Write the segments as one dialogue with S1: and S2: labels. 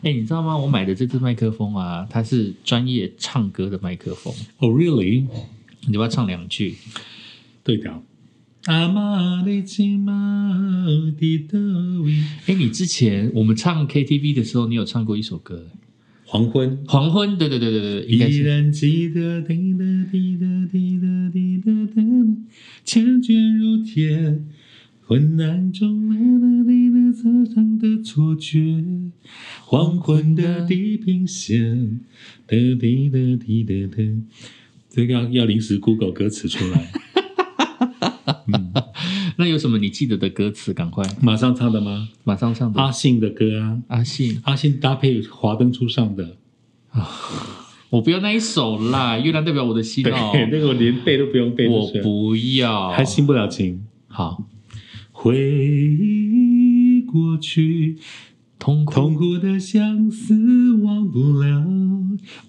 S1: 哎、你知道吗？我买的这支麦克风啊，它是专业唱歌的麦克风。
S2: 哦、r e a l l y
S1: 你要不要唱两句？
S2: 对调。阿妈的亲妈的德维，
S1: 哎、你之前我们唱 KTV 的时候，你有唱过一首歌《
S2: 黄昏。
S1: 黄昏》？对对对对对，应该
S2: 依
S1: 是。
S2: 然记得，滴答滴答滴答滴答答，缱绻如铁，昏暗中那那滴答擦伤的错觉，黄昏的地平线，哒滴答滴答哒，这个要要临时 Google 歌词出来，
S1: 那有什么你记得的歌词？赶快
S2: 马上唱的吗？
S1: 马上唱吧。
S2: 阿信的歌啊，
S1: 阿信，
S2: 阿信搭配《华灯初上》的，
S1: 我不要那一首啦，《月亮代表我的心》
S2: 对，
S1: 哦，
S2: 那个我连背都不用背，
S1: 我
S2: 就是
S1: 不要。
S2: 还信不了情。
S1: 好，
S2: 回忆过去，
S1: 痛苦。
S2: 痛苦的相思忘不了，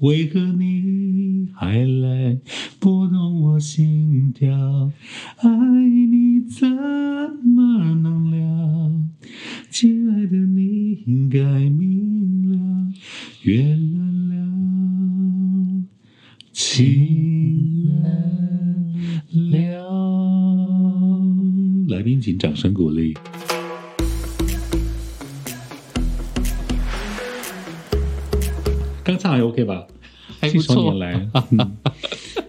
S2: 为何你还来拨动我心跳？爱你怎么能了？亲爱的，你应该明了，原谅了，情难了。来宾请掌声鼓励。刚唱还 OK 吧？
S1: 还哎不
S2: 信手
S1: 错
S2: 拈，来。嗯，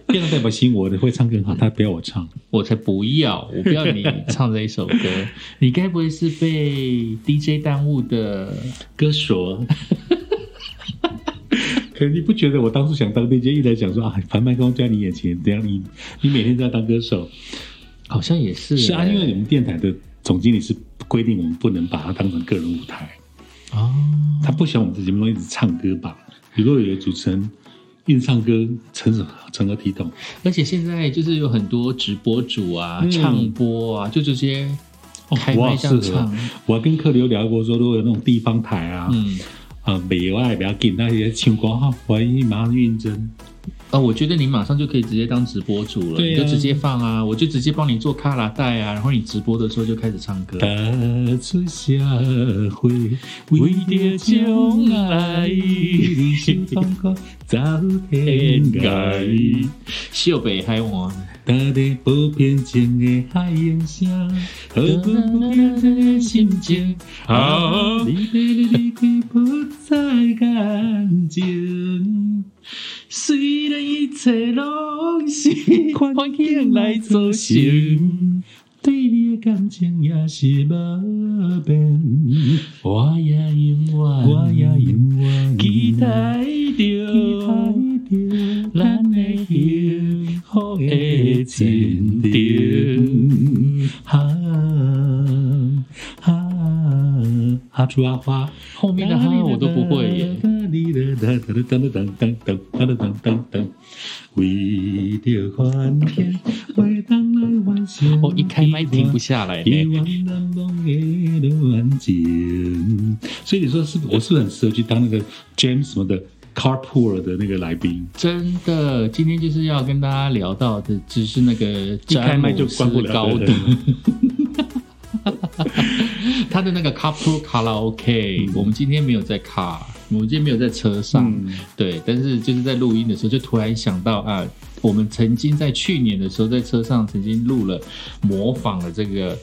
S2: 月亮代表心，我的会唱更好，他不要我唱。
S1: 我才不要，我不要你唱这一首歌。 你该不会是被 DJ 耽误的？
S2: 歌手， 可你不觉得我当初想当 DJ，一来讲说啊，盘麦克风在你眼前，这样你你每天都要当歌手，
S1: 好像也是、欸
S2: 是啊，因为你们电台的总经理是规定我们不能把它当成个人舞台，
S1: 哦，
S2: 他不喜欢我们这节目中一直唱歌吧？如果有个主持人一直唱歌，成成何体统？
S1: 而且现在就是有很多直播主啊、
S2: 嗯
S1: 唱播啊，就直接开
S2: 我
S1: 麦
S2: 好
S1: 这样
S2: 哦适
S1: 唱
S2: 合。我还跟客流聊过说，如果有那种地方台啊，
S1: 嗯，
S2: 啊，美外不要紧，那些唱歌哈，怀疑马上运真。
S1: 啊，我觉得你马上就可以直接当直播主了，
S2: 对
S1: 你
S2: 啊
S1: 就直接放啊，我就直接帮你做卡拉带啊，然后你直播的时候就开始唱歌。
S2: 踏出社会，为着将来，你先放歌走天涯。
S1: 秀北海 王，
S2: 踏在无边情的海洋声，何不不变的心情？啊，你别离开，不再感情。
S1: 虽然一切拢是
S2: 环境来造成，对你的感情也是无变。
S1: 我也永远，
S2: 我也永远
S1: 期待着
S2: 期待着
S1: 咱
S2: 咱
S1: 的
S2: 的幸
S1: 幸
S2: 福
S1: 福
S2: 的
S1: 的
S2: 情
S1: 情
S2: 定
S1: 定。
S2: 哈哈哈出阿花，
S1: 后面的哈我都不会耶。
S2: 噔噔噔噔噔噔噔噔噔噔，为着翻天，为当来完成。
S1: 哦我一开麦停不下来
S2: 一
S1: 呢。
S2: 往难忘的暖情。所以你说是不是我是不是很适合去当那个 James 什么的 Carpool 的那个来宾？
S1: 真的，今天就是要跟大家聊到的，只是那个
S2: 一开
S1: 詹
S2: 麦就
S1: 姆
S2: 关不
S1: 斯
S2: 了
S1: 高
S2: 的
S1: 迪，他的那个 couple 卡拉 OK，、我们今天没有在卡，我们今天没有在车上，
S2: 嗯
S1: 对，但是就是在录音的时候，就突然想到啊，我们曾经在去年的时候在车上曾经录了模仿了这个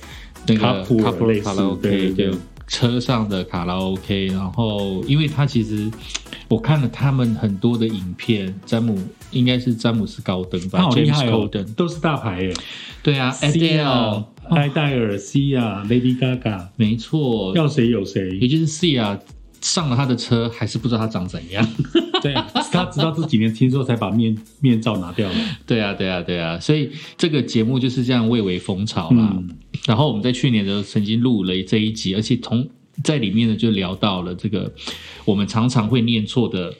S1: 那个
S2: Carpool，类
S1: couple
S2: 似
S1: 卡拉 OK，
S2: 对对对
S1: 车上的卡拉 OK，然后因为他其实我看了他们很多的影片，詹姆应该是詹姆斯高登吧
S2: 他好厉害
S1: j a m
S2: 哦哎
S1: e s Golden，，
S2: 都是大牌耶
S1: 对啊
S2: Sia
S1: ，Adele，
S2: 艾戴尔、Sia、Lady Gaga，
S1: 没错，
S2: 要谁有
S1: 也
S2: 谁。
S1: 就是 Sia 啊上了他的车，还是不知道他长怎样。
S2: 对啊，他直到这几年听说才把面面罩拿掉了。
S1: 对啊，对啊，对啊，所以这个节目就是这样蔚为风潮啦。
S2: 嗯
S1: 然后我们在去年的时候曾经录了这一集，而且同在里面呢就聊到了这个我们常常会念错的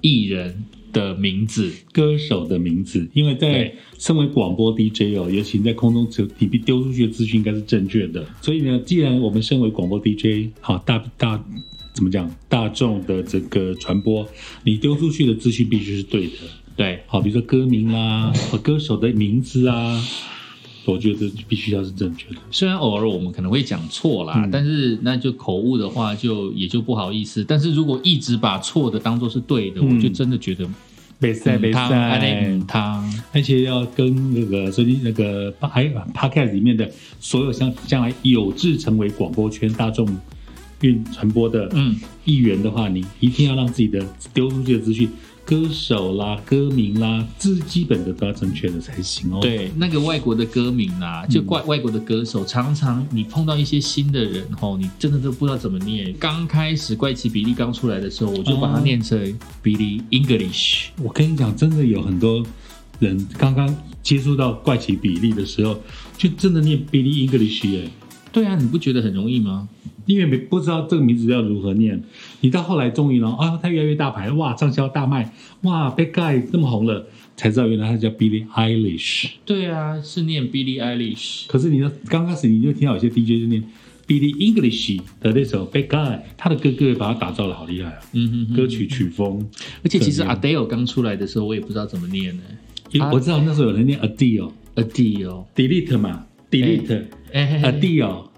S1: 艺人的名字。
S2: 歌手的名字，因为在
S1: 对
S2: 身为广播 DJ 哦，尤其你在空中丢你丢出去的资讯应该是正确的。所以呢，既然我们身为广播 DJ，好大大怎么讲，大众的这个传播，你丢出去的资讯必须是对的。
S1: 对，
S2: 哦好，比如说歌名啦、啊，歌手的名字啊，我觉得必须要是正确的。
S1: 虽然偶尔我们可能会讲错啦，
S2: 嗯
S1: 但是那就口误的话就，也就不好意思。但是如果一直把错的当做是对的，
S2: 嗯
S1: 我就真的觉得啊
S2: 没赛没
S1: 他
S2: 赛，
S1: 他
S2: 而且要跟那个最近那个还有 podcast 里面的所有将将来有志成为广播圈大众运传播的
S1: 嗯
S2: 议员的话，你一定要让自己的丢出去的资讯，歌手啦、歌名啦，最基本的都要正确的才行哦。，
S1: 对那个外国的歌名啊，就怪外国的歌手，常常你碰到一些新的人吼，你真的都不知道怎么念。刚开始怪奇比利刚出来的时候，我就把它
S2: 哦
S1: 念成 Billy English。
S2: 我跟你讲，真的有很多人刚刚接触到怪奇比例的时候，就真的念 Billy English 耶、
S1: 对啊，你不觉得很容易吗？
S2: 因为没不知道这个名字要如何念，你到后来终于了啊，他越来越大牌，哇，畅销大卖，哇，被盖那么红了，才知道原来他叫 Billie Eilish。
S1: 对啊，是念 Billy Eilish。
S2: 可是你呢，刚开始你就听到有些 DJ 就念 Billie English 的那首 Bad Guy，他的哥哥也把他打造的好厉害啊，
S1: 嗯哼哼
S2: 歌曲曲风，
S1: 而且其实
S2: 可怜
S1: Adele 刚出来的时候，我也不知道怎么念呢、
S2: 因为我知道那时候有人念 Adele，delete
S1: Adele，
S2: 嘛，delete
S1: 哎、嘿嘿
S2: Adele，A 哦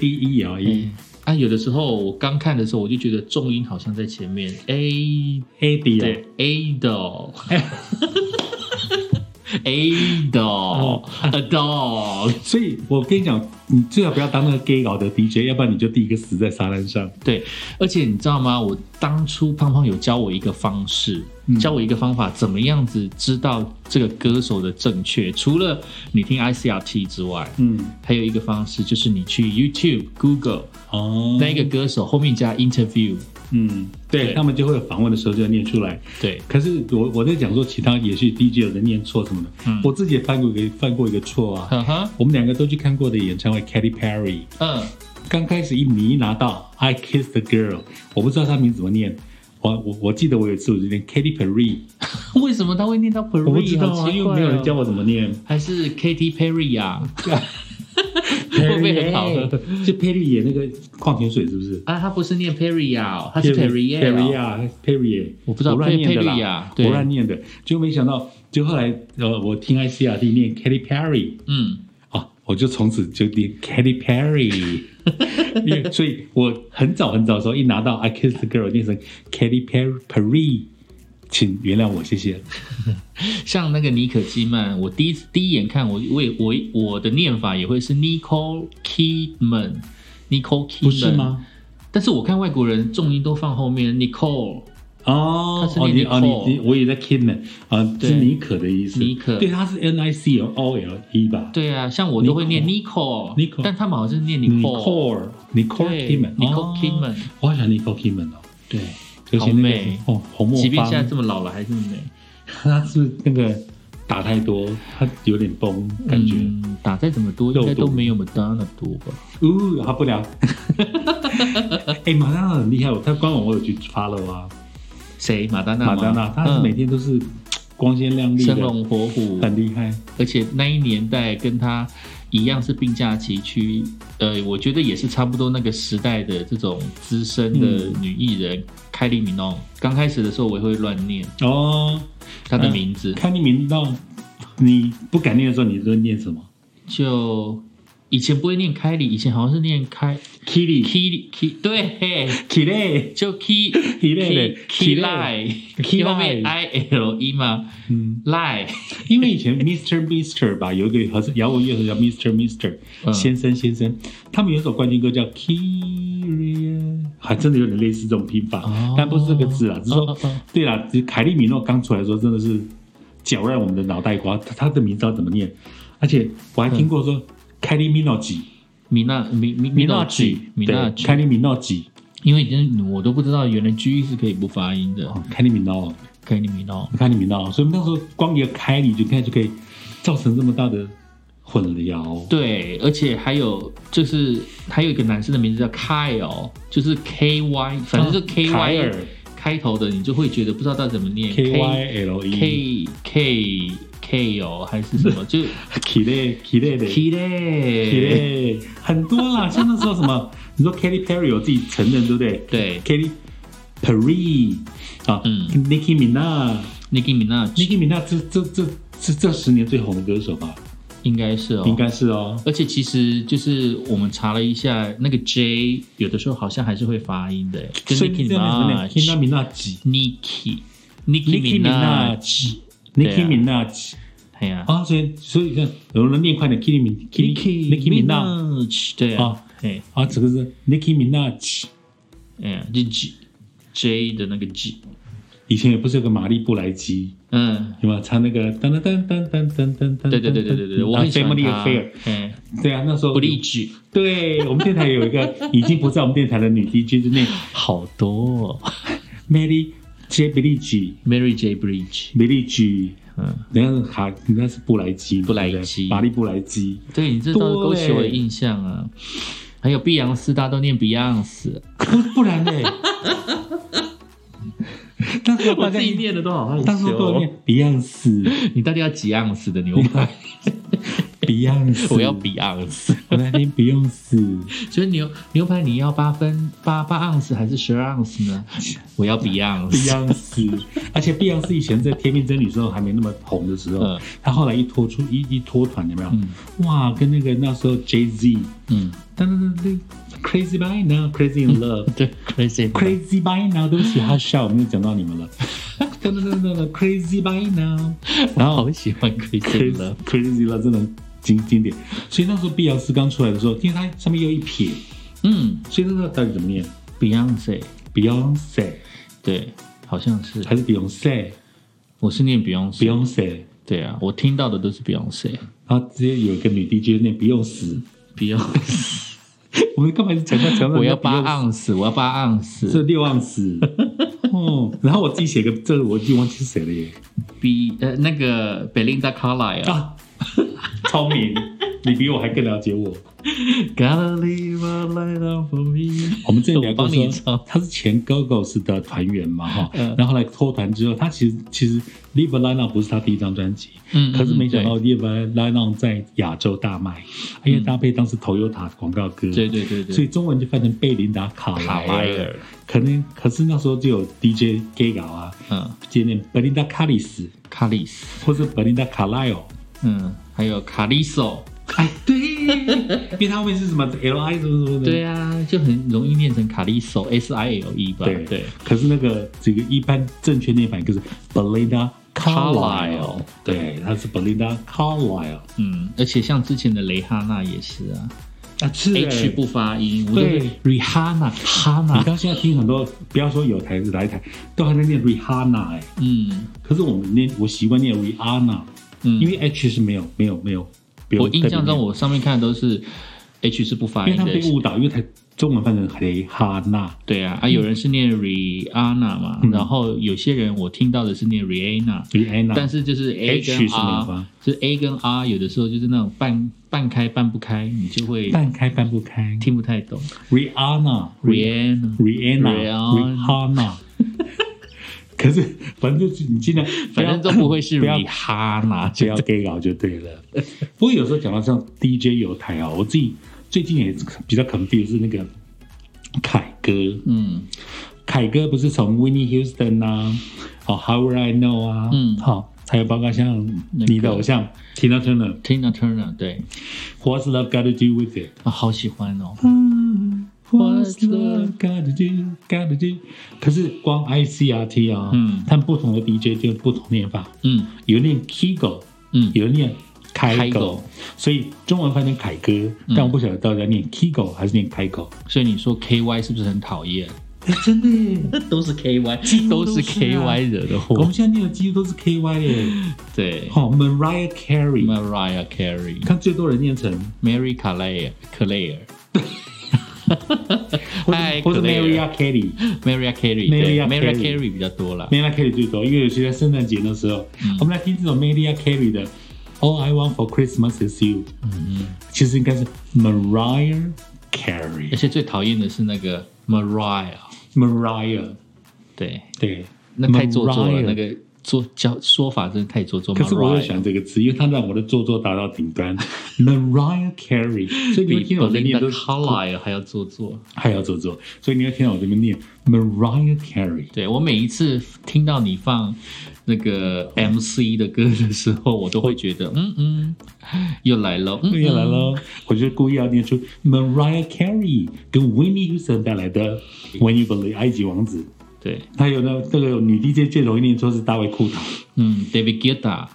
S2: D E L E
S1: 嗯啊，有的时候我刚看的时候，我就觉得重音好像在前面，A
S2: Adele，
S1: 对 Adele，Adele，Adele，Adele
S2: 所以我跟你讲，你最好不要当那个 gay 佬的 DJ，要不然你就第一个死在沙滩上。
S1: 对，而且你知道吗？我当初胖胖有教我一个方式，
S2: 嗯
S1: 教我一个方法，怎么样子知道这个歌手的正确？除了你听 ICRT 之外，
S2: 嗯，
S1: 还有一个方式就是你去 YouTube、Google
S2: 哦，
S1: 那一个歌手后面加 interview，
S2: 嗯，对
S1: 对
S2: 他们就会有访问的时候就念出来。
S1: 对，
S2: 可是我我在讲说其他也是 DJ 有人念错什么的，
S1: 嗯
S2: 我自己也犯过一个犯过一个错啊。
S1: 呵呵，
S2: 我们两个都去看过的演唱会，Katy Perry
S1: 嗯，
S2: 刚开始一你一拿到 I Kissed a Girl，我不知道他名字怎么念。我我我记得我有一次我就念 Katy Perry，
S1: 为什么他会念到 Perry？
S2: 我不知道
S1: 好
S2: 啊，
S1: 奇
S2: 因
S1: 怪哦
S2: 为没有人教我怎么念。
S1: 还是 Katy Perry 呀、 会不会很好喝？
S2: 就 Perry 演那个矿泉水是不是？
S1: 啊，他不是念 Perry 呀、哦，他是 Perry 呀、
S2: Perry 啊，Perry，
S1: 我不知道
S2: 我乱念的
S1: Perry
S2: 啦
S1: 啊，
S2: 我
S1: 对
S2: 乱念的，就没想到，就后来呃，我听 ICRT 念 Katy Perry
S1: 嗯，
S2: 啊，我就从此就念 Katy Perry，因为所以我很早很早的时候一拿到 I Kissed a Girl 念成 Katy Perry Perry，请原谅我，谢谢。
S1: 像那个妮可基曼，我第一次第一眼看我我也我我的念法也会是 Nicole Kidman，Nicole Kidman
S2: 不是？吗？
S1: 但是我看外国人重音都放后面 Nicole，
S2: 哦
S1: 他，是
S2: 哦
S1: 念
S2: 你哦
S1: Nicole
S2: 你你，我也在 Kidman 啊，
S1: 对
S2: 是妮可的意思，
S1: 妮可
S2: 对，他是 N I C O L E 吧？
S1: 对啊，像我都会念 Nicole，
S2: Nicole
S1: 但他们好像是念 Nicole，
S2: Nicole Nicole
S1: 对
S2: Kidman
S1: Nicole
S2: 哦
S1: Kidman
S2: 我好喜欢 Nicole Kidman 哦，
S1: 对，
S2: 尤
S1: 好
S2: 其那个
S1: 美
S2: 哦红墨
S1: 即便
S2: 方，
S1: 现在这么老了还这么美，
S2: 他是那个打太多，他有点崩感觉，
S1: 嗯打再怎么多，
S2: 肉
S1: 应该都
S2: 多
S1: 没有 Madonna 多吧？
S2: 呜他不聊。 哎，马丹娜很厉害，我他官网我有去 follow 啊，
S1: 谁？马丹娜吗？
S2: 马丹娜，她是每天都是光鲜亮
S1: 嗯
S2: 丽
S1: 生
S2: 的，
S1: 龙活虎，
S2: 很厉害。
S1: 而且那一年代跟他一样是并驾齐驱，呃，我觉得也是差不多那个时代的这种资深的女艺人凯莉米诺。刚开始的时候我也会乱念
S2: 哦，
S1: 她的名字，
S2: 看你名到你不敢念的时候，你都念什么
S1: 就以前不会念凯莉，以前好像是念开
S2: ？Kitty
S1: Kitty K，对，嘿
S2: Kitty，
S1: 就 K
S2: Key-
S1: K
S2: Key-
S1: Lie，
S2: Key-
S1: 后面 I L E 嘛
S2: 嗯。
S1: ，Lie，
S2: 因为 以前 Mr. Mister 吧，有一个和摇滚乐手叫 Mr. Mister、
S1: 嗯
S2: 先生先生，他们有一首冠军歌叫 Kyrie，还真的有点类似这种拼法，
S1: 哦
S2: 但不是这个字啊，只是说，
S1: 哦哦哦
S2: 对啦，就凯利米诺刚出来的时候真的是搅乱我们的脑袋瓜，他他的名字要怎么念？而且我还听过
S1: 嗯
S2: 说凯利米诺吉，
S1: 米娜米米
S2: 米
S1: 米
S2: 诺
S1: 娜
S2: 吉
S1: 吉，米娜吉
S2: 凯，利米诺吉，
S1: 因为已经我都不知道原来 G E 是可以不发音的。
S2: 哦凯利米诺，
S1: 可以，你米诺，
S2: 凯利米诺，所以那时候光一个凯利就看就可以造成这么大的混淆。
S1: 对，而且还有就是还有一个男生的名字叫 Kyle，就是 K Y，反
S2: 啊
S1: 正就 K
S2: 凯
S1: Y
S2: 尔
S1: 开头的，你就会觉得不知道他怎么念
S2: K Y L E
S1: K K K 哦还是什么，就
S2: k i l e k i l e 的 k
S1: K 嘞，
S2: i l e 很多啦，像那时候什么，你说 Katy Perry 有自己承认对不对
S1: 对
S2: ？Katy Perry 啊，
S1: 嗯
S2: n i c k y
S1: ，Nicki
S2: Minaj，Nicki
S1: Minaj，
S2: Minaj 这这这这这十年最红的歌手吧，
S1: 应该是哦，
S2: 应该是哦。
S1: 而且其实就是我们查了一下，那个 J 有的时候好像还是会发音的，就
S2: 所以
S1: Nicki
S2: 这样子呢
S1: Minaj、
S2: ，Nicki
S1: Nicki、
S2: Minaj、
S1: Nicki
S2: Nicki
S1: Minaj，
S2: Minaj、
S1: 对
S2: Nicki
S1: 啊
S2: Minaj
S1: 哎呀
S2: 啊，所以所以你看，有人念快点，Nicki Min Nicki Nicki Minaj
S1: Minaj，对啊
S2: 啊，
S1: 哎
S2: 啊，这个是 Nicki Minaj。
S1: 哎呀，就 G J 的那个 G，
S2: 以前也不是有个玛丽布莱基，
S1: 嗯，
S2: 有没有唱那个噔噔噔噔噔噔噔噔？
S1: 对对对对对对，我
S2: 然后
S1: 很喜欢
S2: Family
S1: 他
S2: Affair。，
S1: 哎，
S2: 对啊，那时候
S1: 不励志，
S2: 对我们电台有一个已经不在我们电台的女 DJ，就那
S1: 好多哦
S2: Mary J Blige
S1: Mary J Bridge，
S2: Blige，
S1: 嗯。
S2: 人家卡人家是布莱基，
S1: 布莱基
S2: 对不对玛丽布莱基，
S1: 对你这倒是勾起我的印象啊。还有碧昂斯，大家都念 Beyonce，
S2: 不不然呢？当时
S1: 我
S2: 大
S1: 自
S2: 概
S1: 己念的都好害
S2: 当时都有
S1: 羞。
S2: 念 Beyonce
S1: 你到底要几盎司的牛排？
S2: Beyonce，
S1: 我要 Beyonce，
S2: 我在听 Beyonce，
S1: 就是牛牛排你要八分八八盎司还是十二盎司呢？ 我要 Beyonce。
S2: Beyonce，而且 Beyonce 以前在《天命真女》时候还没那么红的时候，
S1: 嗯
S2: 她后来一脱出一一脱团有没有？
S1: 嗯
S2: 哇，跟那个那时候 Jay Z，
S1: 嗯，
S2: 噔噔噔噔，Crazy by Now，Crazy in Love。
S1: 对，Crazy
S2: Crazy by now，对不起，哈笑，我没有讲到你们了。 噔噔噔噔噔，Crazy by now，
S1: 然后好喜欢 Crazy
S2: Crazy
S1: 了。
S2: Crazy Love 真的很经经典。所以那时候碧昂斯刚出来的时候，因为它上面又一撇，
S1: 嗯
S2: 所以那时候到底怎么念
S1: ，Beyonce，
S2: ？Beyonce
S1: 对，好像是，
S2: 还是 Beyonce？Beyonce
S1: 我是念 Beyonce。对啊，我听到的都是 Beyonce。
S2: 然后直接有一个女 DJ 念 Beyonce，
S1: Beyonce，
S2: 我们干嘛一直强调强调？
S1: 我要八，盎司，我要八盎司。
S2: 是六盎司。哦，然后我自己写个，这我已经忘记是谁了耶。
S1: 比呃那个 Belinda Carlisle
S2: 啊，聪明，你比我还更了解我。
S1: Gotta leave a light on for me。
S2: 我们之前聊过
S1: 我帮你找
S2: 说，他是前 GoGo's 的团员嘛，哈、
S1: 嗯
S2: 然后后来脱团之后，他其实其实 Live Line On 不是他第一张专辑，
S1: 嗯
S2: 可是没想到 Live Line On 在亚洲大卖，因为搭配当时 Toyota 的广告歌，
S1: 嗯对对对对，
S2: 所以中文就翻成贝琳达卡
S1: 卡
S2: 莱
S1: 莱
S2: 尔
S1: 尔。
S2: 可能可是那时候就有 DJ gay 搞啊，
S1: 嗯，
S2: 接念 Belinda Carlis
S1: 卡丽斯，
S2: 或是 Belinda Carlisle。
S1: 嗯，还有卡丽 o
S2: 哎，对，因为他后面是什么 L I 什么什么的。
S1: 对啊，就很容易念成卡丽 o S I L E 吧？
S2: 对
S1: 对，
S2: 可是那个这个一般正确念法就是 Belinda Carlisle，
S1: Carlisle
S2: 对，它是 Belinda Carlisle
S1: 嗯，而且像之前的蕾哈娜也是啊
S2: 啊，是
S1: ，H 不发音，我都
S2: 对
S1: 是 Rihanna 哈
S2: 你
S1: 娜，
S2: 到现在听很多，不要说有台来台，都还在念 Rihanna 哎、
S1: 嗯
S2: 可是我们念我习惯念 Rihanna，、
S1: 嗯，
S2: 因为 H 是没有没有没有，没有
S1: 我印象
S2: 在里面
S1: 中我上面看的都是 H 是不发
S2: 因为
S1: 音
S2: 他们被
S1: 的。
S2: 误导，因为他中文翻成蕾哈娜，
S1: 对啊，啊，有人是念 Rihanna 嘛，
S2: 嗯
S1: 然后有些人我听到的是念 Rihanna，
S2: 蕾安娜，
S1: 但是就是 A
S2: H
S1: 跟
S2: 是啊哪方
S1: R，就是 A 跟 R 有的时候就是那种半半开半不开，你就会
S2: 半开半不开。
S1: 听不太懂。
S2: Rihanna
S1: Rihanna，
S2: Rihanna Rihanna，可是反正就是你尽量，
S1: 反正都不会是
S2: 不要
S1: Rihanna，
S2: 不
S1: 就
S2: 要 gay 搞就对了。不过有时候讲到像 DJ 有台啊，我自己最近也比较 confused 是那个凯哥，
S1: 嗯
S2: 凯哥不是从 Winnie Houston 啊，哦 How Would I Know 啊，
S1: 嗯
S2: 好，还有包括像
S1: 那
S2: 你的
S1: 个
S2: 偶像 Tina Turner。
S1: ，Tina Turner，对
S2: What's love got to do with it？
S1: 啊，好喜欢哦。
S2: 嗯 What's love got to do got to do？可是光 I C R T 啊，
S1: 嗯
S2: 他们不同的 DJ 就不同念法，
S1: 嗯
S2: 有人念 Kigo，
S1: 嗯，
S2: 有人念开
S1: 开
S2: 狗嗯
S1: 狗，
S2: 所以中文翻成凯歌，但我不晓得到底要念 Kigo 还是念开狗。
S1: 所以你说 KY 是不是很讨厌？
S2: 哎，真的耶！
S1: 都是 KY，
S2: 乎
S1: 都
S2: 都是
S1: 是
S2: 啊
S1: KY 惹的
S2: 我
S1: 祸
S2: 们。现在念的几乎都是 K Y 耶。
S1: 对
S2: 好，Mariah 哦 Carey，
S1: ，Mariah Carey。
S2: 看最多人念成，
S1: Mary Claire Claire，
S2: 或者
S1: 嗨
S2: 或者
S1: Claire
S2: Mariah Carey。
S1: Maria Carey，
S2: Mariah
S1: Maria
S2: Carey
S1: Carey 比较多啦。
S2: Mariah Carey 最多，因为有些在圣诞节的时候，
S1: 嗯
S2: 我们来听这首 Mariah Carey 的 All I Want for Christmas Is You，
S1: 嗯，
S2: 其实应该是
S1: 而
S2: Mariah Carey，Mariah
S1: 且最讨厌的是那个 Mariah，
S2: Mariah，
S1: 对，
S2: 对，
S1: 那太做作了，
S2: Mariah
S1: 那个做教说法真的太做作。
S2: 可是我会
S1: Mariah
S2: 选这个词，因为它让我的做作达到顶 端。Mariah Carey，所以你会
S1: 比
S2: 听到我在念
S1: Belinda
S2: 都
S1: Carlisle 还要做作。
S2: 还要做作，所以你会听到我这边念 Mariah Carey。
S1: 对我每一次听到你放那个 MC 的歌的时候，我都会觉得，嗯嗯，又来了，嗯
S2: 又来。喽！我就故意要念出 Mariah Carey 跟 Whitney Houston 带来的《When You Believe》埃及王子，
S1: 嗯对，
S2: 还有呢，这个女 DJ 最容易念错是大卫库塔，
S1: 嗯，David Guetta。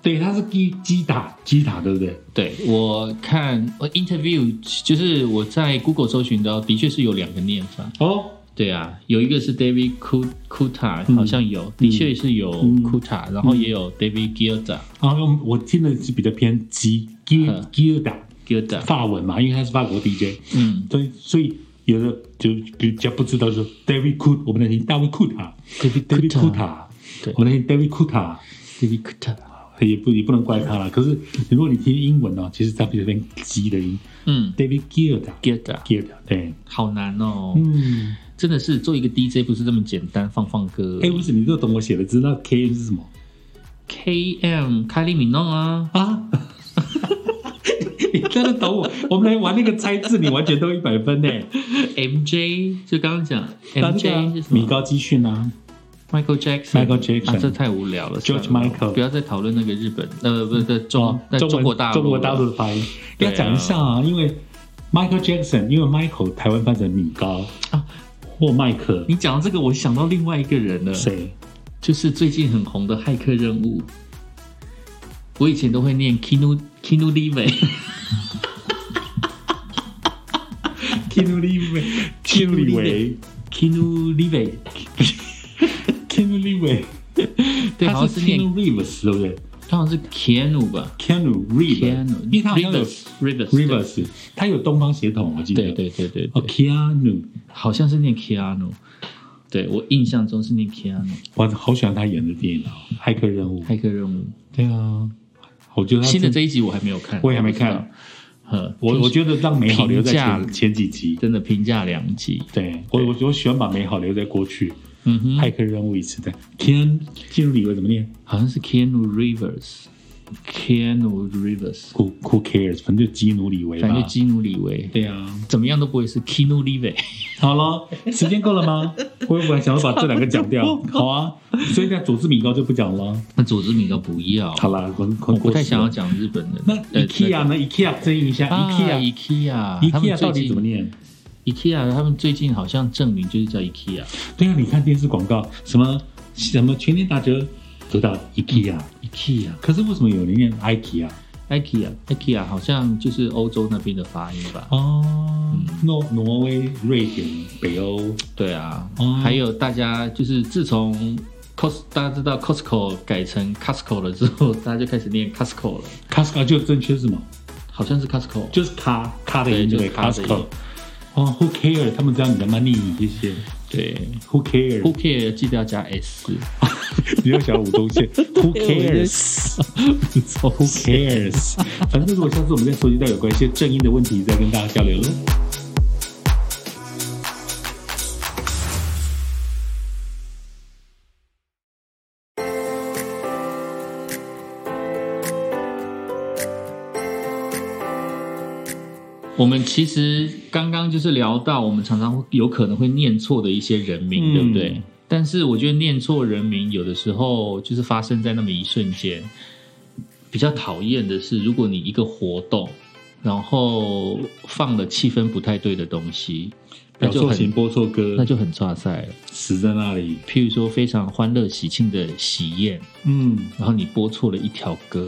S2: 对，他是基基塔基塔，对不对？
S1: 对我看我 interview，就是我在 Google 搜寻到，的确是有两个念法。
S2: 哦，
S1: 对啊，有一个是 David Ku- Kuta，
S2: 嗯
S1: 好像有，的确是有
S2: 嗯
S1: Kuta，、然后也有 David Gilda
S2: 然后哦我听的是比较偏基基
S1: 嗯
S2: 基尔达
S1: Gilda，
S2: 法文嘛，因为他是法国 DJ，
S1: 嗯
S2: 所以所以有的就比较不知道说 David Coot，我们来听大卫库塔
S1: ，David
S2: ，David Coot，
S1: 啊对
S2: 我们来听 David Coot。
S1: Kuta，David Kuta，
S2: 也不也不能怪他了。可是如果你听英文哦，其实它比较偏鸡的音
S1: 嗯
S2: ，David Gilda
S1: ，Gilda，
S2: Gilda 对，
S1: 好难哦，
S2: 嗯，
S1: 真的是做一个 DJ 不是这么简单，放放歌。
S2: 哎，不是，你都懂我写的，知道 K 是什么
S1: KM 凯利米诺啊，
S2: 啊？ 你真的懂我？我们来玩那个猜字，你完全都一百分呢。
S1: MJ 就刚刚讲
S2: 那这
S1: MJ 是
S2: 个
S1: 什
S2: 啊米
S1: 么
S2: 高基逊啊，
S1: ？Michael Jackson。
S2: Michael Jackson
S1: 啊，这太无聊了。
S2: George
S1: 算了
S2: Michael
S1: 不要再讨论那个日本，呃，不是中
S2: 哦，
S1: 那
S2: 中
S1: 中
S2: 文
S1: 国大陆，
S2: 中国大陆的发音，
S1: 对
S2: 要
S1: 啊
S2: 讲一下啊，因为 Michael Jackson，因为 Michael 台湾翻成米高
S1: 啊
S2: 或麦克，
S1: 你讲到这个，我想到另外一个人了，
S2: 谁？
S1: 就是最近很红的《骇客任务》。我以前都会念 Kinu Kinu l i v e
S2: Kinu l i v e k i n u l i v e
S1: Kinu l i v e
S2: k i n u l i v e
S1: 对，好
S2: 他
S1: 像
S2: 是
S1: 是念，
S2: Keanu Reeves 对不对
S1: 他好像是 Keanu 吧
S2: ？Keanu Reeves，
S1: ？Keanu，
S2: 因为他好像有
S1: Rivers Rivers 对
S2: Reeves，他有东方血统，我记得。
S1: 对对对对
S2: 哦
S1: 对，
S2: ，Keanu，
S1: 好像是念 Keanu。对我印象中是念 Keanu。
S2: 我好喜欢他演的电影哦，《骇客任务》。
S1: 骇客任务
S2: 对啊，我觉得他
S1: 新的
S2: 真
S1: 这一集我还没有看，
S2: 我也还没看
S1: 不知道。呃，
S2: 我我
S1: 就
S2: 觉得让美好留在
S1: 评
S2: 前
S1: 价
S2: 前几集。
S1: 真的评价两集。
S2: 对我我我喜欢把美好留在过去，
S1: 嗯哼
S2: 《骇客任务》一次的 Keanu Keanu Reeves 怎么念
S1: 好像是 Keanu Rivers，Keanu Rivers，
S2: ？Who Who cares？反正就基努里维吧
S1: 感。觉基努里维
S2: 对啊，
S1: 怎么样都不会是 Keanu Rivers。
S2: 好了，时间够了吗？我本来想要把这两个讲掉， 好啊，所以在佐治米高就不讲了。
S1: 那佐治米高不要，
S2: 好啦，我
S1: 我
S2: 我
S1: 不太想要。讲日本人。
S2: 那
S1: 呃
S2: IKEA 呢？IKEA 争议一下
S1: 那个啊
S2: ，IKEA。
S1: IKEA，他们
S2: IKEA
S1: 最
S2: 到底
S1: 近
S2: 怎么念？
S1: IKEA，他们最近好像证明就是叫 IKEA。
S2: 对啊，你看电视广告，什么什么全年打折，都到 IKEA。
S1: IKEA，IKEA，IKEA
S2: 可是为什么有人念啊 IKEA？
S1: 好像就是欧洲那边的发音吧？
S2: 哦，挪挪威、瑞典、北欧，
S1: 对啊
S2: 哦，
S1: 还有大家就是自从 Cos 大家知道 Costco 改成 Costco 了之后， 大家就开始念 Costco 了，
S2: Costco 就正确是吗？
S1: 好像是 Costco。
S2: 就是卡卡的音
S1: 对
S2: 对不
S1: 就
S2: 对
S1: 是卡的音
S2: ？Costco。哦，Who care？他们知道你的 money 这些
S1: 对
S2: ，Who care？
S1: ，Who care 记得要加 s，
S2: 你要想吴宗 宪，Who cares？Who cares？反正如果下次我们再收集到有关一些正音的问题，再跟大家交流喽。
S1: 我们其实刚刚就是聊到，我们常常会有可能会念错的一些人名，
S2: 嗯
S1: 对不对？但是我觉得念错人名，有的时候就是发生在那么一瞬间。比较讨厌的是，如果你一个活动，然后放了气氛不太对的东西，那
S2: 表
S1: 就
S2: 错情、
S1: 很
S2: 播错
S1: 那
S2: 歌，
S1: 就很抓塞了。
S2: 死在那里。
S1: 譬如说非常欢乐喜庆的喜宴，
S2: 嗯，
S1: 然后你播错了一条歌，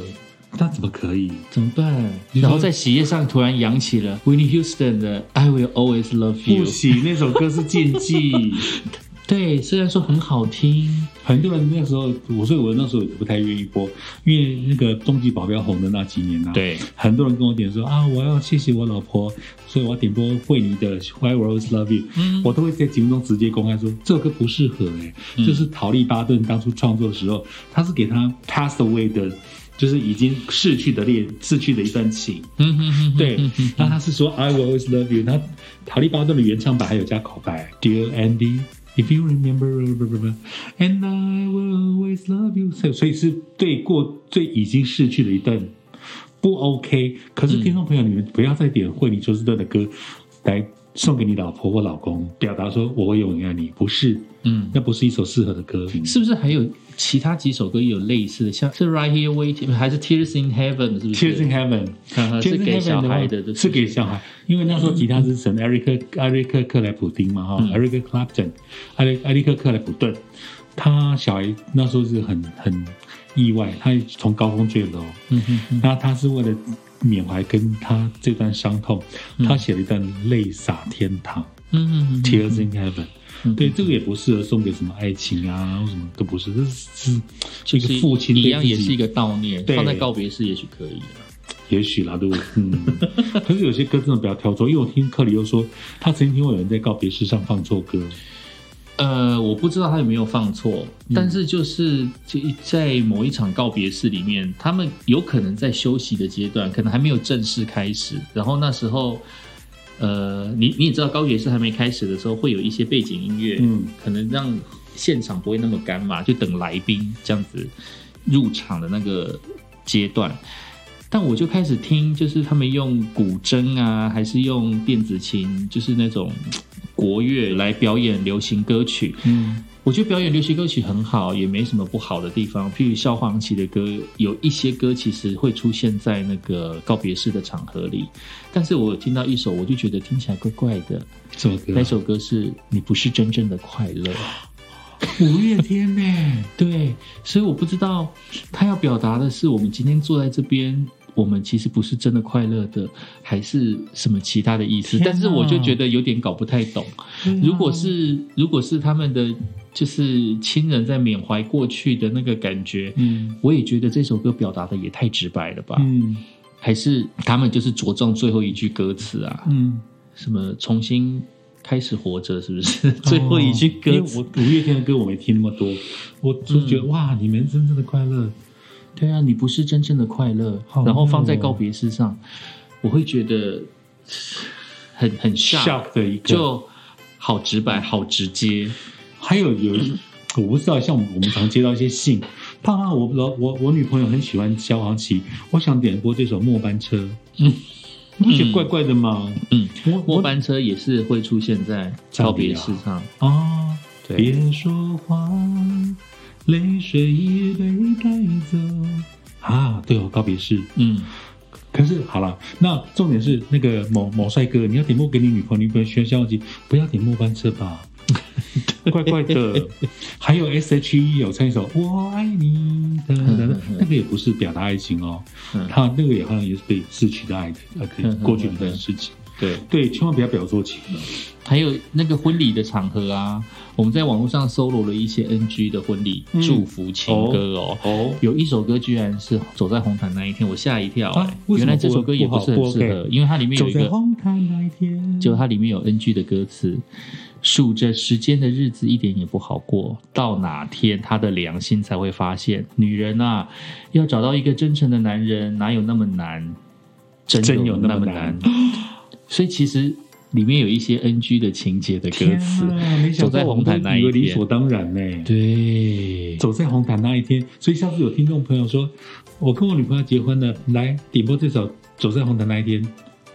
S2: 那怎么可以？
S1: 怎么办？
S2: 你说
S1: 然后在喜宴上突然扬起了 Winnie Houston 的《I Will Always Love
S2: 不
S1: You》。
S2: 行，那首歌是禁忌。
S1: 对，虽然说很好听，
S2: 很多人那时候，我所以我那时候也不太愿意播，因为那个《终极保镖》红的那几年啊，，
S1: 对
S2: 很多人跟我点说啊，我要谢谢我老婆，所以我要点播惠妮的《Why Will Always Love You》，
S1: 嗯
S2: 我都会在节目中直接公开说这首歌不适合哎、
S1: 嗯
S2: 就是陶丽巴顿当初创作的时候，他是给他 passed away 的，就是已经逝去的恋逝去的一段情。
S1: 嗯哼哼，
S2: 对，然后他是说 I will always love you，然后陶丽巴顿的原唱版还有加口白 Dear Andy。 If you remember, and I will always love you。所以所以是对过对已经逝去的一段不 OK。可是听众朋友，你们不要再点惠妮休斯顿的歌来送给你老婆或老公，表达说我永远爱你。不是，
S1: 嗯，
S2: 那不是一首适合的歌。
S1: 是不是还有其他几首歌也有类似的？像是 Right Here Waiting，还是 Tears in Heaven，是不是
S2: Tears in Heaven，
S1: 哈哈是给小孩的，
S2: 是给小
S1: 孩。
S2: 孩，因为那时候吉他之神艾瑞克艾瑞克克莱普丁嘛哈，
S1: 嗯
S2: 艾瑞克 Clapton，艾瑞艾瑞克克莱普顿，他小孩那时候是很很意外，他从高空坠楼，
S1: 嗯哼哼，
S2: 那他是为了缅怀跟他这段伤痛，他写了一段《泪洒天堂
S1: 嗯哼哼》
S2: （Tears in Heaven）。
S1: 嗯
S2: 对，这个也不适合送给什么爱情啊，或什么都不是，这是是
S1: 就
S2: 一个
S1: 是
S2: 父亲
S1: 一
S2: 对
S1: 样，
S2: 自
S1: 也
S2: 己
S1: 是一个悼念，
S2: 对
S1: 放在告别式也许可以啊。
S2: 也许啦，对不对？嗯， 可是有些歌真的不要挑错，因为我听克里又说，他曾经听过有人在告别式上放错歌，
S1: 呃，我不知道他有没有放错，
S2: 嗯
S1: 但是就是就在某一场告别式里面，他们有可能在休息的阶段，可能还没有正式开始。然后那时候，呃，你你也知道，告别式还没开始的时候，会有一些背景音乐，
S2: 嗯，
S1: 可能让现场不会那么干嘛，就等来宾这样子入场的那个阶段。但我就开始听，就是他们用古筝啊，还是用电子琴，就是那种嘖国乐来表演流行歌曲。
S2: 嗯
S1: 我觉得表演流行歌曲很好，也没什么不好的地方。譬如萧煌奇的歌，有一些歌其实会出现在那个告别式的场合里。但是我有听到一首，我就觉得听起来怪怪的。
S2: 什么歌
S1: 那
S2: 啊？
S1: 首歌是“你不是真正的快乐
S2: 五月天呢、”。
S1: 对，所以我不知道他要表达的是，我们今天坐在这边，我们其实不是真的快乐的，还是什么其他的意思？
S2: 天哪
S1: 但是我就觉得有点搞不太懂。
S2: 对啊
S1: 如果是如果是他们的就是亲人在缅怀过去的那个感觉，
S2: 嗯
S1: 我也觉得这首歌表达的也太直白了吧？
S2: 嗯
S1: 还是他们就是着重最后一句歌词啊，
S2: 嗯，
S1: 什么重新开始活着，是不是？ 最后一句歌词，
S2: 哦
S1: 嗯
S2: 因为我五月天的歌我没听那么多，我就觉得、哇，你们真正的快乐，
S1: 对啊，你不是真正的快乐
S2: 好，
S1: 然后放在
S2: 妙哦
S1: 告别式上，我会觉得很很 shock，
S2: shock 的一个。
S1: 就好直白，好直接，
S2: 还有有 一，我不知道，像我们我们常接到一些信，胖胖，我老我我女朋友很喜欢萧煌奇，我想点播这首《末班车》，嗯，不觉得怪怪的吗？
S1: 嗯。
S2: 我
S1: 末
S2: 我
S1: 班车也是会出现在告别式上，
S2: 啊，
S1: 对
S2: 别说话，泪水已被带走啊，对哦，告别式。
S1: 嗯，
S2: 可是好了，那重点是那个某某帅哥，你要点播给你女朋友，你不要学萧煌奇，不要点末班车 吧。怪怪的，还有 S H E 有唱一首《我爱你》的，那个也不是表达爱情哦，
S1: 嗯
S2: 他那个也好像也是对逝去的爱的，呃，对
S1: 嗯嗯嗯
S2: 过去的事情。
S1: 对。
S2: 对，千万不要表做情了。
S1: 还有那个婚礼的场合啊，我们在网络上搜罗了一些 NG 的婚礼
S2: 嗯
S1: 祝福情歌哦。
S2: 哦，
S1: 有一首歌居然是走在红毯那一天，我吓一跳、
S2: 啊
S1: 哎
S2: 为什
S1: 原
S2: 么
S1: 来这首歌也不是很适
S2: 不不
S1: 合，因为它里面有
S2: 走
S1: 一
S2: 在
S1: 个，
S2: 红毯那一天，
S1: 就它里面有 NG 的歌词，数着时间的日子一点也不好过，到哪天他的良心才会发现，女人啊，要找到一个真诚的男人哪有那么难？
S2: 真有
S1: 有
S2: 那
S1: 么
S2: 么难
S1: 所以其实里面有一些 NG 的情节的歌
S2: 天
S1: 词，
S2: 啊，没想
S1: 走在
S2: 到我
S1: 红
S2: 们
S1: 毯
S2: 都
S1: 那一
S2: 以为理
S1: 天
S2: 所当然呢。
S1: 对，
S2: 走在红毯那一天，所以下次有听众朋友说，我跟我女朋友结婚了，来点播这首《走在红毯那一天》，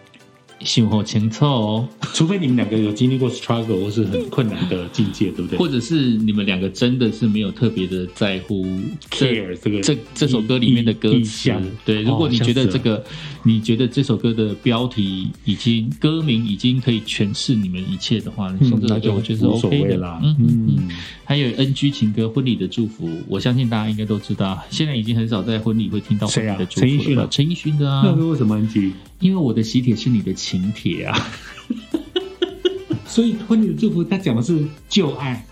S1: 幸福情凑哦，
S2: 除非你们两个有经历过 struggle 或是很困难的境界，对不对
S1: 或者是你们两个真的是没有特别的在乎这
S2: ？care 这个
S1: 这这首歌里面的歌
S2: 意意哦
S1: 词
S2: 象。
S1: 对，如果你觉得这个，你觉得这首歌的标题已经歌名已经可以诠释你们一切的话，你
S2: 嗯
S1: 送这首
S2: 那
S1: 歌
S2: 就
S1: 我觉得是
S2: 无所
S1: OK
S2: 谓
S1: 的
S2: 啦。
S1: 嗯嗯嗯。
S2: 嗯，
S1: 还有 NG 情歌《婚礼的祝福》，我相信大家应该都知道，现在已经很少在婚礼会听到婚
S2: 谁啊嗯
S1: 礼的祝福了吧。陈奕迅的
S2: 那
S1: 啊，
S2: 个为什么 NG？
S1: 因为我的喜帖是你的请帖啊。
S2: 所以婚礼的祝福，他讲的是旧爱，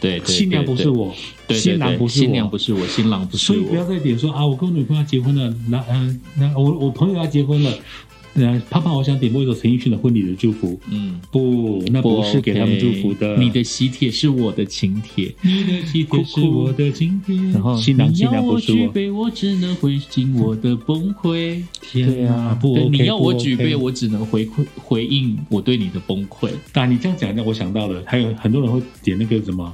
S1: 对，对对
S2: 新娘不是
S1: 对
S2: 我，
S1: 对对
S2: 新郎不是
S1: 新娘
S2: 我。
S1: 不是我，新郎不是
S2: 所以不要
S1: 我。
S2: 呃再点说啊，我跟我女朋友结婚了，那嗯，那我我朋友要结婚了，那胖胖，我想点播一首陈奕迅的《婚礼的祝福》。
S1: 嗯，
S2: 不，那不是给他们祝福的。
S1: 你的喜帖是我的请帖，
S2: 你的喜帖是我的今天，
S1: 然后
S2: 新郎新娘不是
S1: 你要我举。
S2: 我
S1: 杯，我只能回敬我的崩溃。
S2: 天啊，不
S1: 对
S2: OK，
S1: 你要我举杯，
S2: 不 OK
S1: 我只能回馈回应我对你的崩溃。
S2: 啊！你这样讲，让我想到了，还有很多人会点那个什么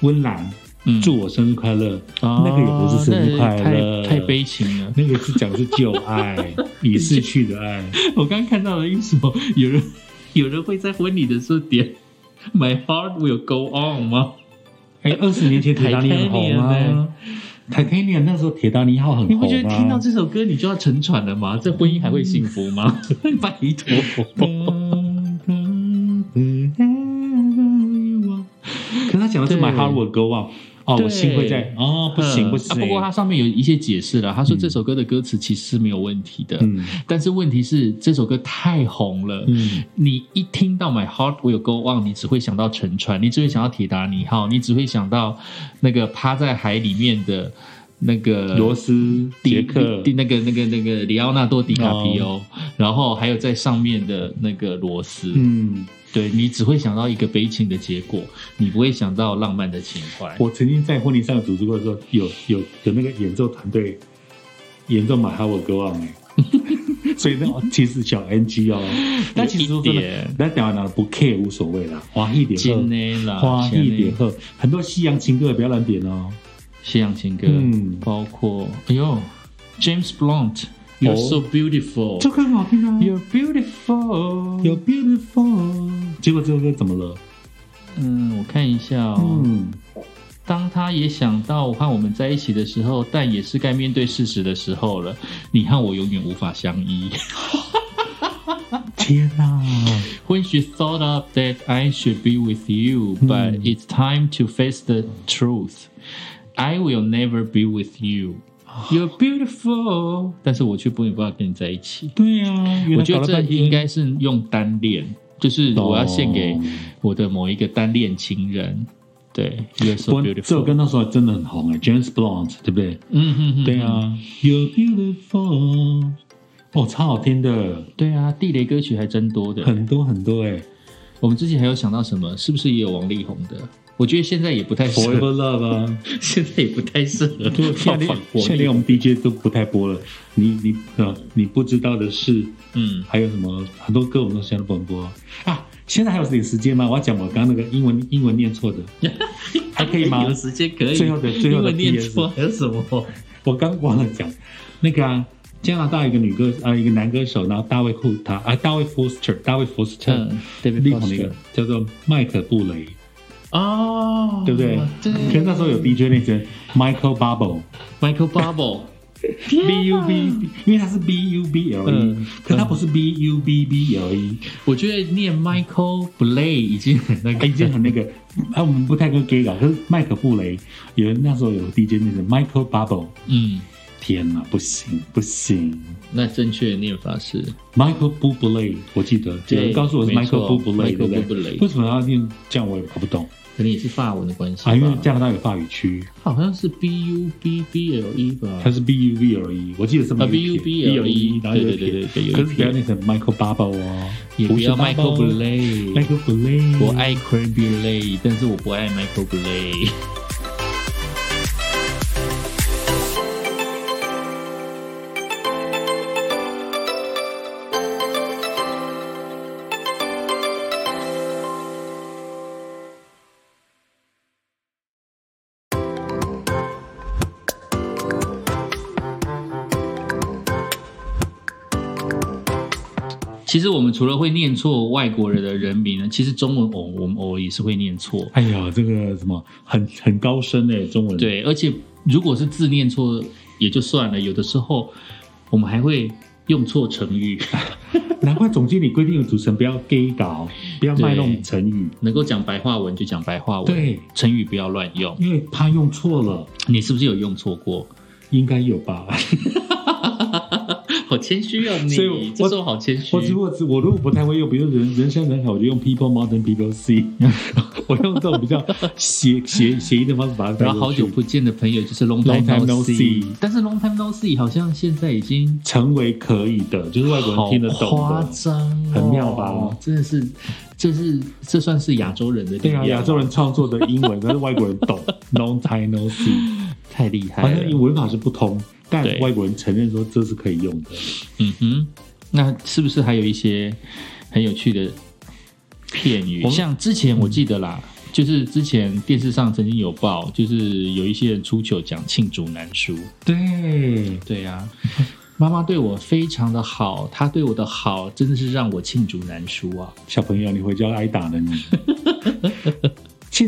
S2: 温岚
S1: 嗯，
S2: 祝我生日快乐，
S1: 啊
S2: 那个也不是生日快乐
S1: 那太太悲情了。
S2: 那个是讲是旧 爱，已逝去的爱。
S1: 我刚看到了一首，有人有人会在婚礼的时候点 My Heart Will Go On 吗？
S2: 哎，二十年前铁达 尼很红啊，Titanium 那时候铁达尼号很红啊。
S1: 你不觉得听到这首歌你就要沉船了吗？这婚姻还会幸福吗？ 拜托，嗯
S2: 可他讲的是
S1: 对
S2: My Heart Will Go On，哦，我
S1: 对
S2: 心会在，哦，不行不
S1: 啊
S2: 行。
S1: 不过它上面有一些解释了，他说这首歌的歌词其实是没有问题的，
S2: 嗯
S1: 但是问题是这首歌太红了。
S2: 嗯，
S1: 你一听到 My Heart Will Go On，你只会想到沉船，你只会想到铁达尼号，你只会想到那个趴在海里面的那个
S2: 罗斯
S1: 迪
S2: 杰克哦
S1: 迪那个那个那个里奥纳多·迪卡皮欧，然后还有在上面的那个罗斯，
S2: 嗯，
S1: 对你只会想到一个悲情的结果，你不会想到浪漫的情怀。
S2: 我曾经在婚礼上组织过的时候，有有有那个演奏团队演奏《My Heart Will Go On》哎， 所以那其实小 NG 哦，但其实说真
S1: 有一
S2: 的
S1: 点，
S2: 那台湾人不 care 无所谓啦，华裔点
S1: 真
S2: 喝，
S1: 的啦，
S2: 华裔点
S1: 点
S2: 喝，很多西洋情歌不要乱点哦，
S1: 西洋情歌，
S2: 嗯
S1: 包括哎呦，James Blunt，You're、
S2: 哦
S1: so beautiful，
S2: 这歌很好听啊，
S1: You're beautiful，
S2: 有 beautiful，结果这首歌怎么了？
S1: 嗯，我看一下哦。
S2: 嗯，
S1: 当他也想到我和我们在一起的时候，但也是该面对事实的时候了。你和我永远无法相依。
S2: 天哪、
S1: When she thought up that I should be with you, but
S2: 嗯
S1: it's time to face the truth. I will never be with you. You're beautiful，但是我却不没办法跟你在一起。
S2: 对啊，原
S1: 我
S2: 来
S1: 觉得
S2: 搞了
S1: 这
S2: 半天
S1: 应该是用单恋，就是我要献给
S2: 哦
S1: 我的某一个单恋情人。对，You're so
S2: 不过这首
S1: beautiful。
S2: 歌那时候真的很红哎，James Blunt 对不对？
S1: 嗯哼哼，
S2: 对，啊，You're beautiful，哦，超好听的，
S1: 对啊，地雷歌曲还真多的。
S2: 很多很多哎
S1: 我们之前还有想到什么？是不是也有王力宏的？我觉得现在也不太适合，
S2: ，Forever Love 啊，
S1: 现在也不太适合
S2: 现在
S1: 放
S2: 连
S1: 放
S2: 现在连我们 DJ 都不太播了。你你呃，你不知道的是，
S1: 嗯，
S2: 还有什么很多歌我们都现在都不能播啊。现在还有点时间吗？我要讲我刚刚那个英文英文念错的，还可以吗
S1: 哎有时间可以。
S2: 最后的最后的
S1: 英文念
S2: PS
S1: 错还有什么？
S2: 我刚忘了讲那个啊。加拿大一个女歌啊、一个男歌手，然后大卫库塔啊，大卫 Foster，大卫 Foster，
S1: 嗯，David
S2: 另外一个
S1: Foster
S2: 叫做麦克布雷，
S1: 哦，
S2: 对不对？
S1: 对，
S2: 可是那时候有 DJ 那个 Michael Bubble。
S1: Michael Bubble，
S2: B U B，因为它是 B U B L E，、
S1: 嗯
S2: 可它不是 B U B B L E，、
S1: 我觉得念 Michael Blay 已经很那
S2: 哎，
S1: 个，
S2: 已经很那个。啊，我们不太跟 gay 搞，可是麦克布雷有人那时候有 DJ 那个 Michael Bubble，
S1: 嗯，
S2: 天哪，不行不行
S1: 那正确的念法是
S2: ，Michael Bublé，我记得
S1: 对
S2: 有人告诉我是
S1: 没错
S2: Michael Bublé，
S1: Michael
S2: 对不对
S1: Bublé
S2: 为什么要念这样？我也搞不懂
S1: 可能也是法文的关系吧
S2: 啊，因为加拿大有法语区，
S1: 好像是 B U B B L E 吧
S2: 它，是 B U B L E，我记得是
S1: 啊 B U B L E，
S2: 然后有一
S1: 对对
S2: 撇
S1: 对对有一撇
S2: 可是不要念成 Michael Bubble 哦，
S1: 也不要
S2: 是
S1: Michael
S2: Bubble
S1: Blay。
S2: Michael Bublé，
S1: 我爱 c r a b y l a y 但是我不爱 Michael Blay。其实我们除了会念错外国人的人名呢，其实中文偶我们偶尔也是会念错。
S2: 哎呀，这个什么很很高深哎，中文。，
S1: 对，而且如果是字念错也就算了，有的时候我们还会用错成语。
S2: 难怪总经理规定主持人不要 gay 搞，不要卖弄成语，
S1: 能够讲白话文就讲白话文，
S2: 对，
S1: 成语不要乱用。
S2: 因为怕用错了，
S1: 你是不是有用错过？
S2: 应该有吧。
S1: 好谦虚哦，
S2: 所以我
S1: 你这时候好谦虚
S2: 我。只不过只我如果不太会用，比如人人山人海，我就用 people mountain people sea， 我用这种比较谐谐谐音的方式把它带
S1: 然后
S2: 过
S1: 好
S2: 去
S1: 久不见的朋友就是 long
S2: Long
S1: time
S2: time
S1: no
S2: no
S1: see，
S2: see
S1: 但是 long time no see 好像现在已经
S2: 成为可以的，就是外国人
S1: 好
S2: 听得懂
S1: 夸
S2: 的。
S1: 张哦、
S2: 很妙吧
S1: 真的是，这是这算是亚洲人的力
S2: 对
S1: 量
S2: 啊，亚洲人创作的英文，但是外国人 懂，long time no see，
S1: 太厉害
S2: 好
S1: 了。
S2: 像文法是不通，但
S1: 对
S2: 外国人承认说这是可以用的。
S1: 嗯哼，那是不是还有一些很有趣的片语？
S2: 我们
S1: 像之前我记得啦，就是之前电视上曾经有报，就是有一些人出糗讲罄竹难书。
S2: 对，
S1: 对呀、妈妈对我非常的好，她对我的好真的是让我罄竹难书啊。
S2: 小朋友，你回家挨打了你。 罄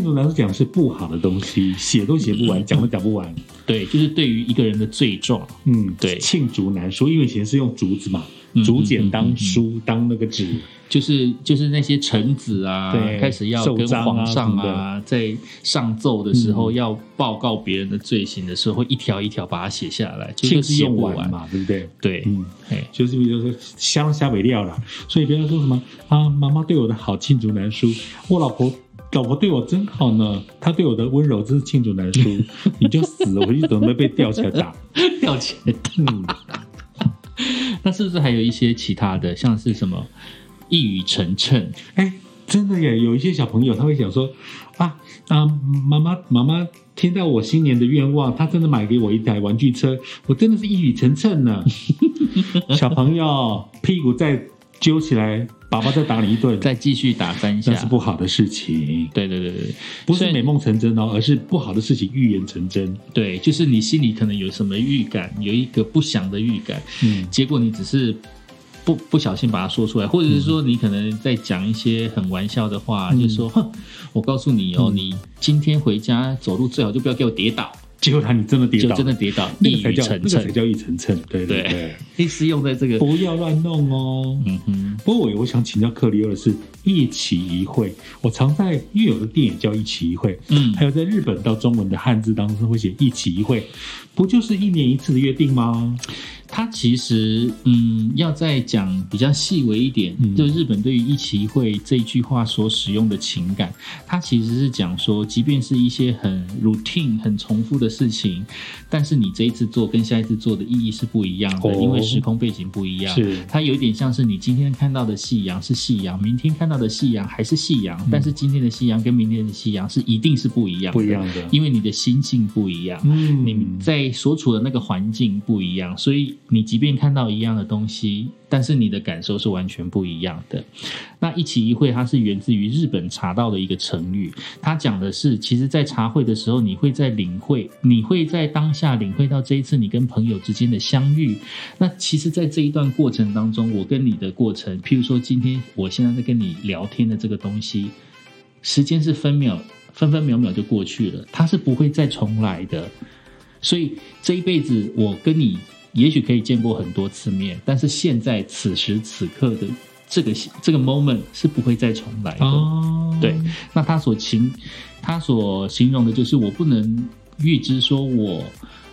S2: 竹难书讲的是不好的东西，写都写不完，讲都讲不完。
S1: 对，就是对于一个人的啊罪状，
S2: 嗯，
S1: 对
S2: 罄竹难书，因为以前是用竹子嘛
S1: 嗯，
S2: 竹简
S1: 嗯嗯
S2: 当
S1: 嗯
S2: 书当那个纸，
S1: 就是就是那些臣子啊，
S2: 对
S1: 开始要
S2: 奏
S1: 跟
S2: 章啊
S1: 皇上
S2: 什嗯
S1: 啊，在上奏的时候、要报告别人的罪行的时候，会一条一条把它写下来，就是
S2: 罄
S1: 都
S2: 是
S1: 是写
S2: 用
S1: 不
S2: 完嘛，对不对？
S1: 对，
S2: 嗯，
S1: 哎，
S2: 就是比如说香虾尾料啦，所以不要说什么啊，妈妈对我的好罄竹难书，我老婆老婆对我真好呢，她对我的温柔真是罄 竹难书，你就死了，回去准备被吊起来打。
S1: 要钱。
S2: 嗯，
S1: 那是不是还有一些其他的，像是什么一语成谶？
S2: 哎，真的耶，有一些小朋友他会想说啊啊，妈妈妈妈听到我新年的愿望，她真的买给我一台玩具车，我真的是一语成谶 呢。小朋友屁股再揪起来，爸爸再打你一顿，
S1: 再继续打三下
S2: 那，是不好的事情。
S1: 对对对对
S2: 不是
S1: 所以
S2: 美梦成真哦，而是不好的事情预言成真。
S1: 对，就是你心里可能有什么预感，有一个不祥的预感，
S2: 嗯，
S1: 结果你只是不不小心把它说出来，或者是说你可能在讲一些很玩笑的话，
S2: 嗯
S1: 就是说，哼，我告诉你哦，
S2: 嗯
S1: 你今天回家走路最好就不要给我跌倒，
S2: 结果他你真的跌
S1: 就
S2: 倒，
S1: 真的跌倒，
S2: 那
S1: 一
S2: 个才
S1: 语
S2: 叫
S1: 成
S2: 那个才
S1: 谶，
S2: 叫一层层，对对对，
S1: 意思用在这个，
S2: 不要乱弄哦。
S1: 嗯哼，
S2: 不过我我想请教克里欧的是一期一会，我常在因为有的电影叫一期一会，
S1: 嗯
S2: 还有在日本到中文的汉字当中会写一期一会，不就是一年一次的约定吗？
S1: 它其实，嗯，要再讲比较细微一点，
S2: 嗯
S1: 就日本对于一期一会这一句话所使用的情感，它其实是讲说，即便是一些很 routine、很重复的事情，但是你这一次做跟下一次做的意义是不一样的，
S2: 哦
S1: 因为时空背景不一样。
S2: 是
S1: 它有点像是你今天看到的夕阳是夕阳，明天看到的夕阳还是夕阳，但是今天的夕阳跟明天的夕阳是一定是不一样的，
S2: 嗯不一样的。
S1: 因为你的心境不一样。
S2: 嗯
S1: 你在所处的那个环境不一样，所以你即便看到一样的东西，但是你的感受是完全不一样的。那一期一会，它是源自于日本茶道的一个成语，它讲的是，其实，在茶会的时候，你会在领会，你会在当下领会到这一次你跟朋友之间的相遇。那其实，在这一段过程当中，我跟你的过程，譬如说，今天我现在在跟你聊天的这个东西，时间是分秒分分秒秒就过去了，它是不会再重来的。所以这一辈子，我跟你也许可以见过很多次面，但是现在此时此刻的这个这个 moment 是不会再重来的。
S2: 哦，
S1: 对，那他所形他所形容的就是我不能预知说我。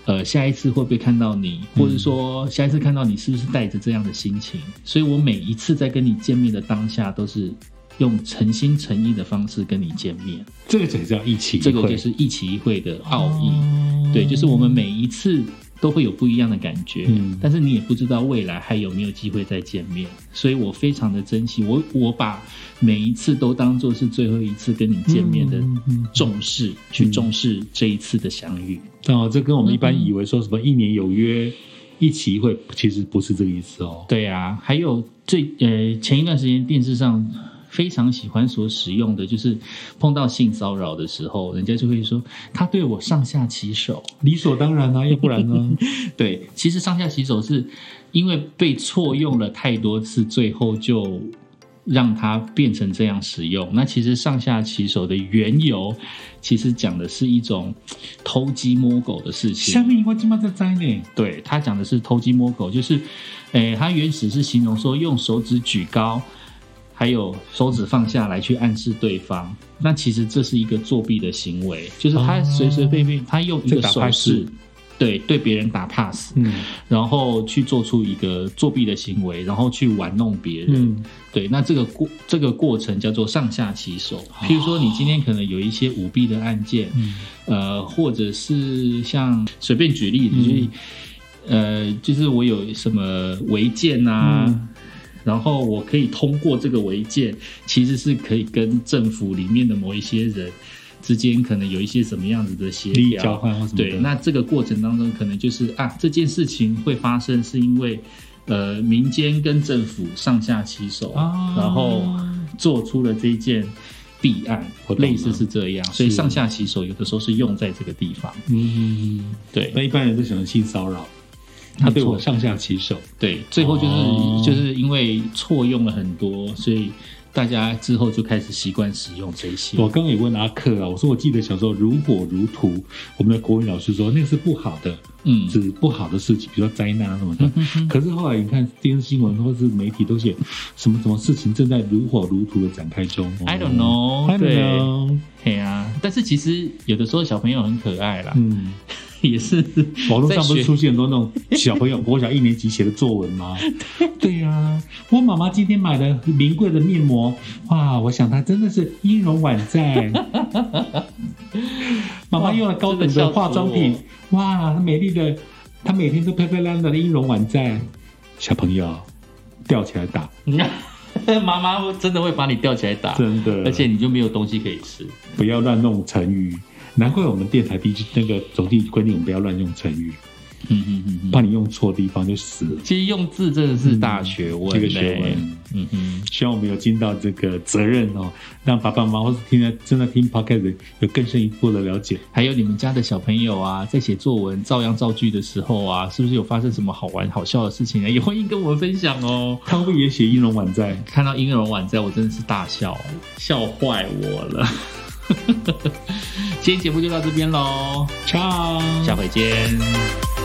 S1: 呃，下一次会不会看到你，
S2: 嗯
S1: 或者说下一次看到你是不是带着这样的心情？所以我每一次在跟你见面的当下，都是用诚心诚意的方式跟你见面，
S2: 这个才叫一期一会，
S1: 这个就是一期一会的奥义。
S2: 哦
S1: 对，就是我们每一次都会有不一样的感觉，
S2: 嗯
S1: 但是你也不知道未来还有没有机会再见面，所以我非常的珍惜，我我把每一次都当做是最后一次跟你见面的
S2: 嗯嗯嗯嗯
S1: 重视，去重视这一次的相遇。
S2: 哦，这跟我们一
S1: 嗯
S2: 般
S1: 嗯
S2: 以为说什么一年有约，一期一会，其实不是这个意思哦。
S1: 对啊，还有最呃前一段时间电视上非常喜欢所使用的就是碰到性骚扰的时候，人家就会说他对我上下其手。
S2: 理所当 然啊，要不然呢？
S1: 对，其实上下洗手是因为被错用了太多次，最后就让它变成这样使用。那其实上下洗手的缘由，其实讲的是一种偷鸡摸狗的事
S2: 下
S1: 情。
S2: 面我今麦在摘呢，
S1: 对，它讲的是偷鸡摸狗，就是，诶、它原始是形容说用手指举高，还有手指放下来去暗示对方。那其实这是一个作弊的行为，就是他
S2: 哦
S1: 随随便便，他用一
S2: 在
S1: 个
S2: 打
S1: 手
S2: 拍
S1: 势
S2: 子，
S1: 对对别人打 pass，
S2: 嗯
S1: 然后去做出一个作弊的行为，然后去玩弄别人。
S2: 嗯
S1: 对，那这个过这个过程叫做上下其手。譬如说，你今天可能有一些舞弊的案件，
S2: 哦嗯
S1: 呃，或者是像随便举例，
S2: 嗯
S1: 就是、呃，就是我有什么违建啊。
S2: 嗯
S1: 然后我可以通过这个违建，其实是可以跟政府里面的某一些人之间可能有一些什么样子的协
S2: 利益
S1: 调
S2: 交换或什么的
S1: 对，那这个过程当中，可能就是啊，这件事情会发生，是因为呃，民间跟政府上下其手，
S2: 啊
S1: 然后做出了这件弊案
S2: 我，懂了
S1: 类似是这样，所以上下其手有的时候是用在这个地方。
S2: 嗯，
S1: 对
S2: 那一般人都喜欢性骚扰，他对我
S1: 没错嗯
S2: 上下其手，
S1: 对，最后就是、
S2: 哦
S1: 就是因为错用了很多，所以大家之后就开始习惯使用这些。
S2: 我刚刚也问阿克啊，我说我记得小时候如火如荼，我们的国文老师说那个是不好的，
S1: 嗯
S2: 指不好的事情，比如说灾难啊什么的。可是后来你看电视新闻或是媒体都写什么什么事情正在如火如荼的展开中。
S1: I don't know，哦
S2: I don't
S1: 对
S2: know。
S1: 嘿啊，但是其实有的时候小朋友很可爱啦，
S2: 嗯，
S1: 也是
S2: 网络上不
S1: 在
S2: 是
S1: 学
S2: 出现很多那种小朋友国小一年级写的作文 吗？对呀、我妈妈今天买了名贵的面膜，哇，我想她真的是音容宛 在。妈妈用了高等
S1: 真的
S2: 的
S1: 笑死
S2: 化妆品，哇，她美丽的，她每天都漂漂亮亮的，音容宛在。小朋友吊起来打，
S1: 妈妈真的会把你吊起来打，
S2: 真的，
S1: 而且你就没有东西可以吃。
S2: 不要乱弄成语。难怪我们电台第一那个总地规定，我们不要乱用成语，
S1: 嗯嗯嗯嗯，
S2: 怕你用错地方就死了。
S1: 其实用字真的是大学问、
S2: 这
S1: 欸，
S2: 个学问。
S1: 嗯哼，
S2: 希望我们有尽到这个责任哦，让爸爸妈妈或是听在正在听 podcast 的有更深一步的了解。
S1: 还有你们家的小朋友啊，在写作文、照样造句的时候啊，是不是有发生什么好玩好笑的事情啊？也欢迎跟我们分享哦。
S2: 他会不会也写音容宛在？
S1: 看到婴儿晚在，我真的是大笑，笑坏我了。 今天节目就到这边喽，
S2: ciao
S1: 下回见。